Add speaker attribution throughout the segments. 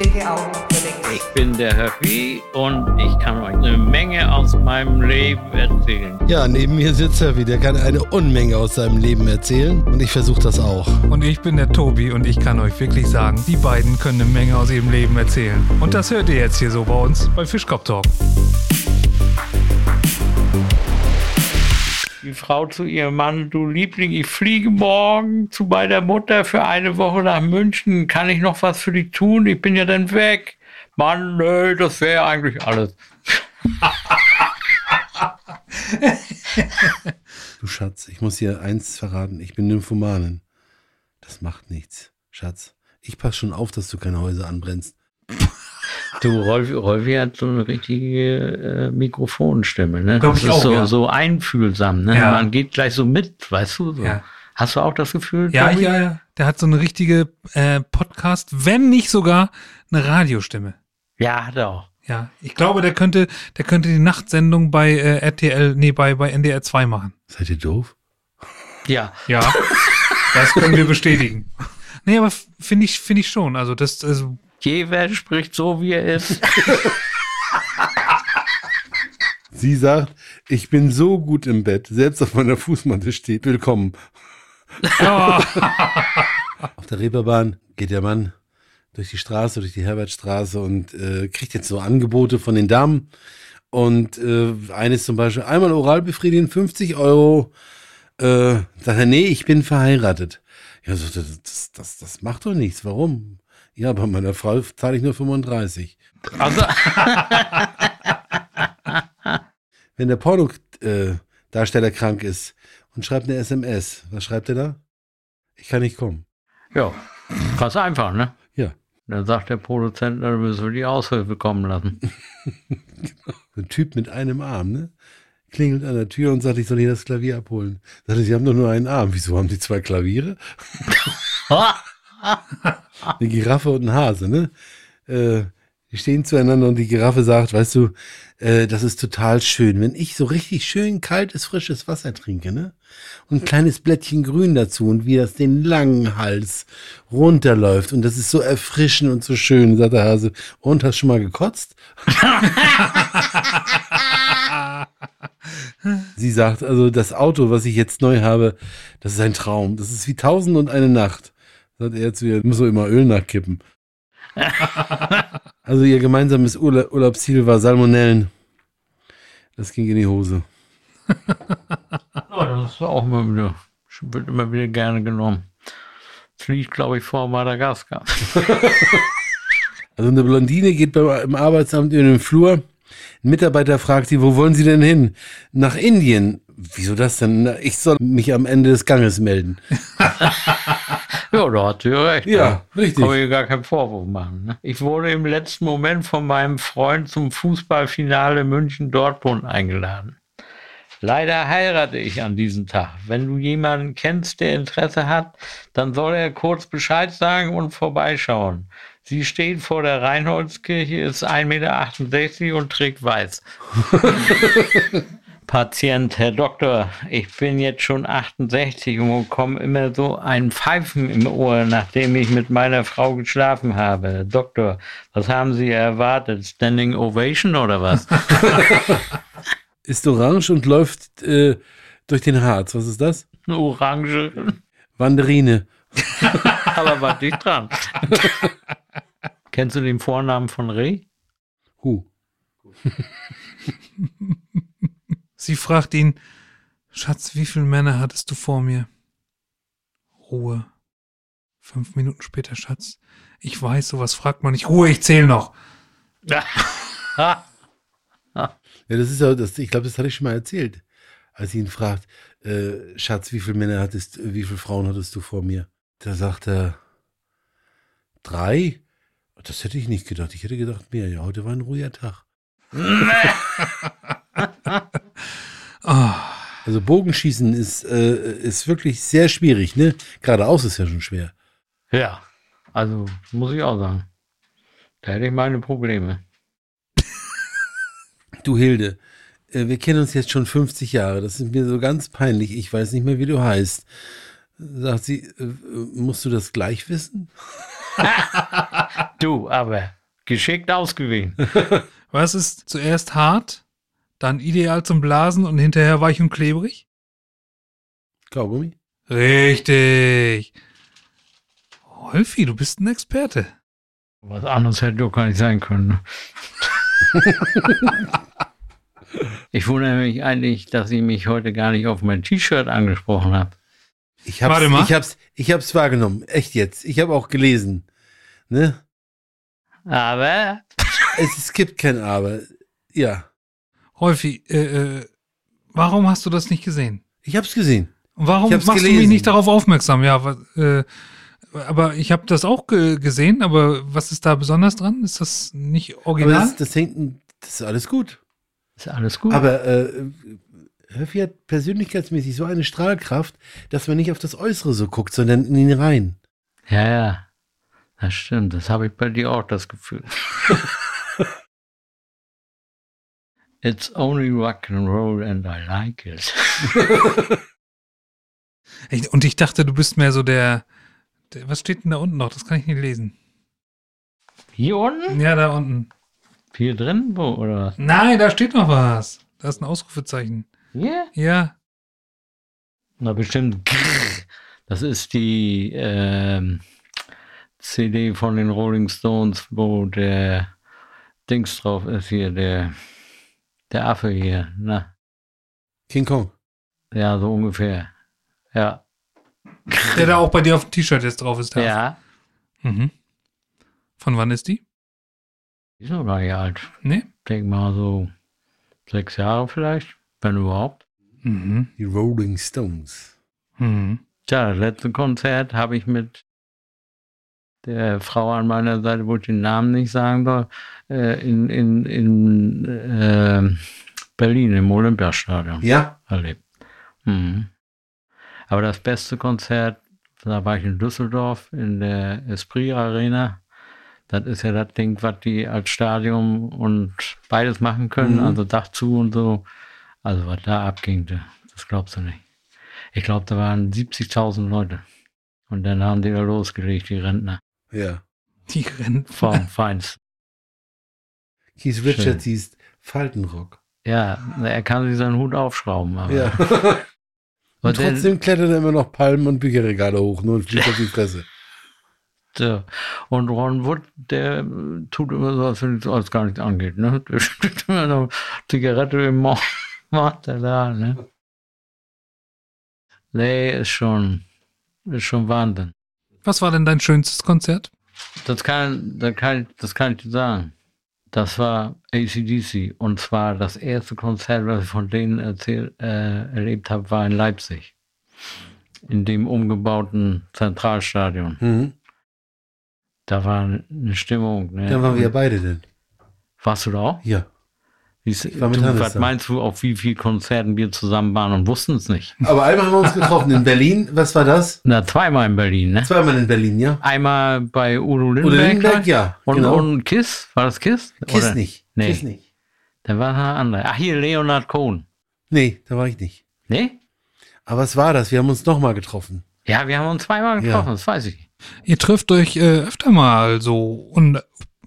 Speaker 1: Ich bin der Herfi und ich kann euch eine Menge aus meinem Leben erzählen.
Speaker 2: Ja, neben mir sitzt Herfi, der kann eine Unmenge aus seinem Leben erzählen und ich versuche das auch.
Speaker 3: Und ich bin der Tobi und ich kann euch wirklich sagen, die beiden können eine Menge aus ihrem Leben erzählen. Und das hört ihr jetzt hier so bei uns bei Fischkopf Talk.
Speaker 1: die Frau zu ihrem Mann, du Liebling, ich fliege morgen zu meiner Mutter für eine Woche nach München. Kann ich noch was für dich tun? Ich bin ja dann weg. Mann, nö, das wäre eigentlich alles.
Speaker 2: Du Schatz, ich muss dir eins verraten. Ich bin Nymphomanin. Das macht nichts. Schatz, ich passe schon auf, dass du keine Häuser anbrennst.
Speaker 1: Du, Rolf, Rolfi hat so eine richtige äh, Mikrofonstimme, ne?
Speaker 3: Glaub
Speaker 1: Das
Speaker 3: ich
Speaker 1: ist
Speaker 3: auch,
Speaker 1: so,
Speaker 3: ja.
Speaker 1: so einfühlsam, ne?
Speaker 3: Ja.
Speaker 1: Man geht gleich so mit, weißt du? So.
Speaker 3: Ja.
Speaker 1: Hast du auch das Gefühl?
Speaker 3: Ja,
Speaker 1: Tobi?
Speaker 3: ja, ja. Der hat so eine richtige äh, Podcast, wenn nicht sogar eine Radiostimme.
Speaker 1: Ja, hat er auch.
Speaker 3: Ja, ich glaube, der könnte, der könnte die Nachtsendung bei äh, RTL, nee, bei, bei NDR 2 machen.
Speaker 2: Seid ihr doof?
Speaker 1: Ja.
Speaker 3: Ja, das können wir bestätigen. Nee, aber f- finde ich, finde ich schon. Also das, also,
Speaker 1: Jeder spricht so, wie er ist.
Speaker 2: Sie sagt, ich bin so gut im Bett, selbst auf meiner Fußmatte steht. Willkommen.
Speaker 3: ja,
Speaker 2: Auf der Reeperbahn geht der Mann durch die Straße, durch die Herbertstraße und äh, kriegt jetzt so Angebote von den Damen. Und äh, eines zum Beispiel, einmal oral befriedigen, 50 Euro. Äh, sagt er, nee, ich bin verheiratet. Ja, so, das, das, das, das macht doch nichts. Warum? Ja, bei meiner Frau zahle ich nur 35.
Speaker 1: Also,
Speaker 2: Wenn der Porno-Darsteller krank ist und schreibt eine SMS, was schreibt er da? Ich kann nicht kommen.
Speaker 1: ja, ganz einfach, ne?
Speaker 2: Ja.
Speaker 1: Dann sagt der Produzent, dann müssen wir die Aushilfe kommen lassen.
Speaker 2: So ein Typ mit einem Arm, ne? Klingelt an der Tür und sagt, ich soll hier das Klavier abholen. Sagte, sie haben doch nur einen Arm. Wieso haben sie zwei Klaviere? Eine Giraffe und ein Hase, ne? Äh, die stehen zueinander und die Giraffe sagt, weißt du, äh, das ist total schön. Wenn ich so richtig schön kaltes, frisches Wasser trinke, ne? Und ein kleines Blättchen Grün dazu und wie das den langen Hals runterläuft. Und das ist so erfrischend und so schön, sagt der Hase. Und hast schon mal gekotzt? Sie sagt, also das Auto, was ich jetzt neu habe, das ist ein Traum. Das ist wie tausend und eine Nacht. Sagt er zu ihr, muss man immer Öl nachkippen. also ihr gemeinsames Urla Urlaubsziel war Salmonellen. Das ging in die Hose.
Speaker 1: Ja, das ist auch immer wieder, wird immer wieder gerne genommen. Fliegt, glaube ich, vor Madagaskar.
Speaker 2: Also eine Blondine geht beim, im Arbeitsamt in den Flur. Ein Mitarbeiter fragt sie, wo wollen Sie denn hin? Nach Indien. Wieso das denn? Na, Ich soll mich am Ende des Ganges melden.
Speaker 1: ja, da hat sie ja recht. ne?
Speaker 2: Ja, richtig.
Speaker 1: Kann man ihr gar keinen Vorwurf machen. Ne? Ich wurde im letzten Moment von meinem Freund zum Fußballfinale München-Dortmund eingeladen. Leider heirate ich an diesem Tag. Wenn du jemanden kennst, der Interesse hat, dann soll er kurz Bescheid sagen und vorbeischauen. Sie steht vor der Reinholdskirche, ist 1,68 Meter und trägt weiß. Patient, Herr Doktor, ich bin jetzt schon 68 und bekomme immer so ein Pfeifen im Ohr, nachdem ich mit meiner Frau geschlafen habe. Doktor, was haben Sie erwartet? Standing Ovation oder was?
Speaker 2: Ist orange und läuft äh, durch den Harz. Was ist das?
Speaker 1: Eine Orange,
Speaker 2: Wanderine.
Speaker 1: aber war dich dran. Kennst du den Vornamen von Reh?
Speaker 2: Huh.
Speaker 3: sie fragt ihn, Schatz, wie viele Männer hattest du vor mir? Ruhe. Fünf Minuten später, Schatz. Ich weiß, sowas fragt man nicht. Ruhe, ich zähle noch.
Speaker 2: Ja, das ist ja, das, ich glaube, das hatte ich schon mal erzählt, als sie ihn fragt, äh, Schatz, wie viele Männer hattest, äh, wie viele Frauen hattest du vor mir? Da sagt er, drei? Das hätte ich nicht gedacht. Ich hätte gedacht, mehr. Ja, heute war ein ruhiger Tag.
Speaker 3: Ah,
Speaker 2: Also Bogenschießen ist, äh, ist wirklich sehr schwierig, ne? Geradeaus ist ja schon schwer.
Speaker 1: Ja, also muss ich auch sagen. Da hätte ich meine Probleme.
Speaker 2: Du Hilde, äh, wir kennen uns jetzt schon 50 Jahre. Das ist mir so ganz peinlich. Ich weiß nicht mehr, wie du heißt. Sagt sie, äh, äh, musst du das gleich wissen?
Speaker 1: Du, aber geschickt ausgewählt.
Speaker 3: Was ist zuerst hart, dann ideal zum Blasen und hinterher weich und klebrig?
Speaker 2: Kaugummi?
Speaker 3: Richtig. Holfi, du bist ein Experte.
Speaker 1: Was anderes hätte doch gar nicht sein können. ne? ich wundere mich eigentlich, dass ich mich heute gar nicht auf mein T-Shirt angesprochen habe.
Speaker 2: Ich hab's,
Speaker 3: Warte mal.
Speaker 2: Ich hab's, ich hab's wahrgenommen. Echt jetzt. Ich habe auch gelesen. Ne?
Speaker 1: Aber
Speaker 2: Es, es gibt kein Aber. Ja.
Speaker 3: Holfi, äh, äh, warum hast du das nicht gesehen?
Speaker 2: Ich hab's gesehen.
Speaker 3: Und warum
Speaker 2: Ich hab's
Speaker 3: machst du mich
Speaker 2: gelesen.
Speaker 3: nicht darauf aufmerksam? Ja, wa- äh, aber ich habe das auch ge gesehen, aber was ist da besonders dran? Ist das nicht
Speaker 2: Aber
Speaker 3: original?
Speaker 2: das, das hängt, das ist alles gut.
Speaker 1: ist alles gut.
Speaker 2: Aber äh, Höffi hat persönlichkeitsmäßig so eine Strahlkraft, dass man nicht auf das Äußere so guckt, sondern in den Rein.
Speaker 1: ja, ja. Das stimmt. Das habe ich bei dir auch das Gefühl. It's only rock and roll and I like it.
Speaker 3: Ich, und ich dachte, du bist mehr so der, der. Was steht denn da unten noch? Das kann ich nicht lesen.
Speaker 1: Hier unten?
Speaker 3: Ja, da unten.
Speaker 1: Hier drin? Wo, oder was?
Speaker 3: Nein, da steht noch was. Da ist ein Ausrufezeichen.
Speaker 1: Hier?
Speaker 3: Ja.
Speaker 1: Na bestimmt. Grrr. Das ist die ähm, CD von den Rolling Stones, wo der Dings drauf ist hier, der, der Affe hier. Na,
Speaker 2: King Kong.
Speaker 1: ja, so ungefähr. Ja.
Speaker 3: Der da auch bei dir auf dem T-Shirt jetzt drauf ist. Der
Speaker 1: Ja.
Speaker 3: Mhm. Von wann ist die?
Speaker 1: Ist noch gar nicht alt.
Speaker 3: Nee?
Speaker 1: Denk mal so sechs Jahre vielleicht, wenn überhaupt.
Speaker 3: Mhm.
Speaker 2: Die Rolling Stones.
Speaker 3: Mhm.
Speaker 1: Tja, das letzte Konzert habe ich mit der Frau an meiner Seite, wo ich den Namen nicht sagen soll, äh, in, in, in äh, Berlin im Olympiastadion
Speaker 2: Ja.
Speaker 1: erlebt. Mhm. Aber das beste Konzert, da war ich in Düsseldorf in der Esprit Arena. Das ist ja das Ding, was die als Stadion und beides machen können,
Speaker 2: Mhm.
Speaker 1: also Dach zu und so. Also was da abging, da- das glaubst du nicht. Ich glaube, da waren 70.000 Leute. Und dann haben die da losgelegt, die Rentner.
Speaker 2: Ja.
Speaker 3: Die rennt
Speaker 1: Vom Feinsten.
Speaker 2: Keith Richards hieß Faltenrock.
Speaker 1: Ja, er kann sich seinen Hut aufschrauben.
Speaker 3: Ah.
Speaker 1: Aber Und
Speaker 2: Ja. Und
Speaker 1: dann-
Speaker 2: trotzdem klettert er immer noch Palmen und Bücherregale hoch, nur und fliegt auf die Fresse.
Speaker 1: So. Und Ron Wood, der äh, tut immer so, als wenn es alles gar nicht angeht. Ne? Der steht immer eine Zigarette im Mund, macht er da. Ne? Nee, ist schon, ist schon Wahnsinn.
Speaker 3: Was war denn dein schönstes Konzert?
Speaker 1: Das kann, das kann, ich- das kann ich dir sagen. Das war ACDC. Und zwar das erste Konzert, was ich von denen erzähl, äh, erlebt habe, war in Leipzig. In dem umgebauten Zentralstadion.
Speaker 2: Mhm.
Speaker 1: Da war eine Stimmung. Ne?
Speaker 2: Dann waren wir ja beide denn.
Speaker 1: Warst du da auch?
Speaker 2: Ja.
Speaker 1: Siehst du,
Speaker 2: Ich war mit
Speaker 1: du,
Speaker 2: Hannes
Speaker 1: was
Speaker 2: da.
Speaker 1: meinst du, auf wie vielen Konzerten wir zusammen waren und wussten es nicht?
Speaker 2: Aber einmal haben wir uns getroffen in Berlin. Was war das?
Speaker 1: Na, zweimal in Berlin, ne?
Speaker 2: Zweimal in Berlin, ja?
Speaker 1: Einmal bei Udo Lindenberg,
Speaker 2: Oder Lindbergh,
Speaker 1: halt.
Speaker 2: ja.
Speaker 1: und,
Speaker 2: genau.
Speaker 1: und Kiss, war das Kiss?
Speaker 2: Kiss
Speaker 1: Oder-
Speaker 2: nicht.
Speaker 1: Nee.
Speaker 2: Kiss nicht.
Speaker 1: Dann war da andere. Ach, hier Leonard Cohen.
Speaker 2: Nee, da war ich nicht.
Speaker 1: Ne?
Speaker 2: Aber was war das? Wir haben uns nochmal getroffen.
Speaker 1: Ja, wir haben uns zweimal
Speaker 2: Ja.
Speaker 1: getroffen, das weiß ich.
Speaker 3: Ihr trifft euch äh, öfter mal so un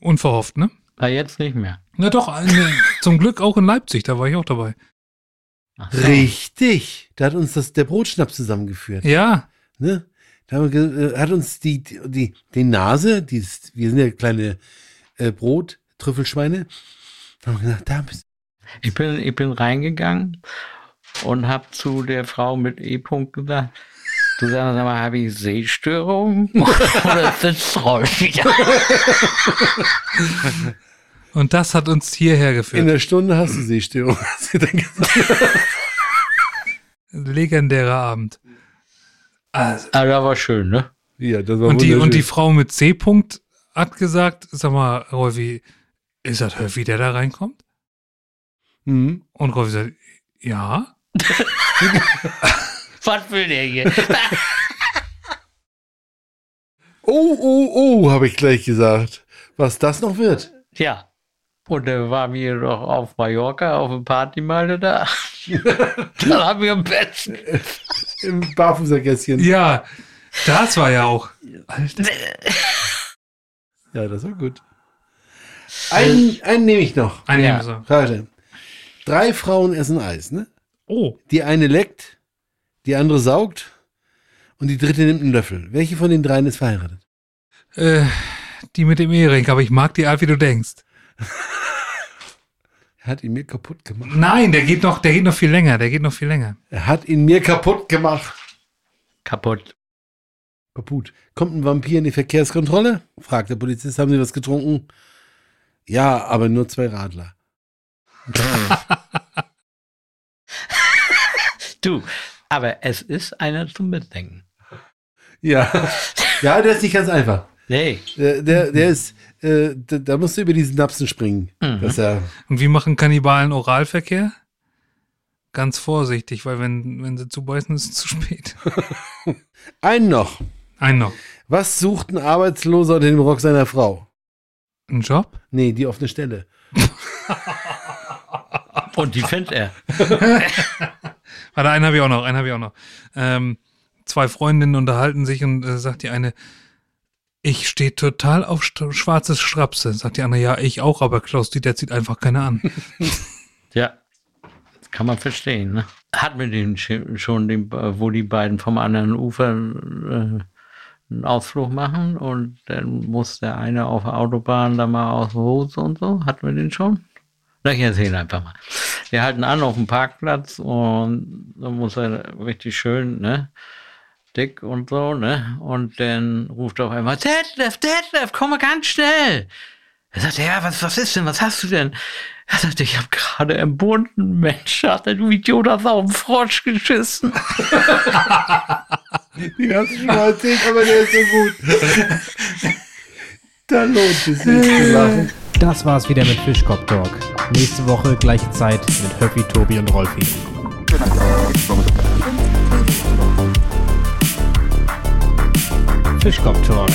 Speaker 3: unverhofft, ne?
Speaker 1: Aber jetzt nicht mehr.
Speaker 3: Na doch, eine, zum Glück auch in Leipzig, da war ich auch dabei.
Speaker 1: Ach so.
Speaker 2: Richtig. Da hat uns das, der Brotschnaps zusammengeführt.
Speaker 3: Ja,
Speaker 2: Ne? Da haben wir, ge- äh, hat uns die, die, die, die Nase, die ist, wir sind ja kleine äh, Brot-Trüffelschweine, da haben wir gedacht, da bist
Speaker 1: Ich bin, ich bin reingegangen und habe zu der Frau mit E-Punkt gesagt, du sagst sag mal, habe ich Sehstörungen oder sitzt häufig?
Speaker 3: und das hat uns hierher
Speaker 2: in
Speaker 3: geführt.
Speaker 2: der Stunde hast du Sehstörung. hat sie dann gesagt.
Speaker 3: Legendärer Abend. Also,
Speaker 1: Aber das war schön, ne?
Speaker 2: ja, das war
Speaker 3: und, die, und die
Speaker 2: wunderschön.
Speaker 3: Frau mit C-Punkt hat gesagt, sag mal, Rolfi, ist das Höffi, der da reinkommt?
Speaker 2: Mhm.
Speaker 3: Und Rolfi sagt, ja.
Speaker 1: Was will der hier?
Speaker 2: Oh, oh, oh, habe ich gleich gesagt. Was das noch wird.
Speaker 1: Tja. Und dann waren wir doch auf Mallorca auf dem Party mal da. Dann haben wir am besten.
Speaker 2: Im Barfußergässchen.
Speaker 3: Ja, das war ja auch.
Speaker 2: Ja, das war gut. Einen, einen nehme ich noch.
Speaker 3: Ein
Speaker 1: Ja.
Speaker 3: Ebenso.
Speaker 2: Schade. Drei Frauen essen Eis, ne?
Speaker 3: Oh,
Speaker 2: Die eine leckt, die andere saugt und die dritte nimmt einen Löffel. Welche von den dreien ist verheiratet?
Speaker 3: äh, die mit dem Ehering, aber ich mag die Art, wie du denkst.
Speaker 2: Er hat ihn mir kaputt gemacht.
Speaker 3: Nein, der geht noch, der geht noch viel länger, der geht noch viel länger.
Speaker 2: Er hat ihn mir kaputt gemacht.
Speaker 1: Kaputt.
Speaker 2: Kaputt. Kommt ein Vampir in die Verkehrskontrolle? Fragt der Polizist, haben Sie was getrunken? Ja, aber nur zwei Radler.
Speaker 1: Du, aber es ist einer zum Mitdenken.
Speaker 2: Ja. Ja, der ist nicht ganz einfach.
Speaker 1: Nee,
Speaker 2: Der, der, der ist, äh, da, da musst du über diesen Napsen springen.
Speaker 1: Mhm.
Speaker 2: Dass er,
Speaker 3: Und wie machen Kannibalen Oralverkehr? Ganz vorsichtig, weil wenn, wenn sie zubeißen, ist es zu spät.
Speaker 2: einen noch.
Speaker 3: Ein noch.
Speaker 2: Was sucht ein Arbeitsloser unter dem Rock seiner Frau?
Speaker 3: Ein Job?
Speaker 2: Nee, die offene Stelle.
Speaker 1: und die findet er.
Speaker 3: Warte, einen habe ich auch noch, einen habe ich auch noch. Ähm, zwei Freundinnen unterhalten sich und äh, sagt die eine, ich stehe total auf st schwarzes Schrapse. Sagt die andere, ja, ich auch, aber Klaus-Dieter zieht einfach keine an.
Speaker 1: Ja, das kann man verstehen. Ne? Hat mit dem Sch- schon, den, äh, wo die beiden vom anderen Ufer äh, einen Ausflug machen und dann muss der eine auf der Autobahn da mal aus der Hose und so. Hat man den schon? Na, ich erzähle einfach mal. Wir halten an auf dem Parkplatz und dann muss er richtig schön, ne? Dick und so, ne? Und dann ruft er auf einmal, Detlef, Detlef, komm mal ganz schnell. Er sagte, ja, was, was ist denn, was hast du denn? Er sagte, ich habe gerade empfunden, Mensch, hat der du Idiot hast auf den Frosch geschissen.
Speaker 2: Die hast du schon mal erzählt, aber der ist so gut. da lohnt es sich zu lachen.
Speaker 4: Das war's wieder mit Fischkopf Talk. Nächste Woche gleiche Zeit mit Höffi, Tobi und Rolfi. Fischkopf Talk.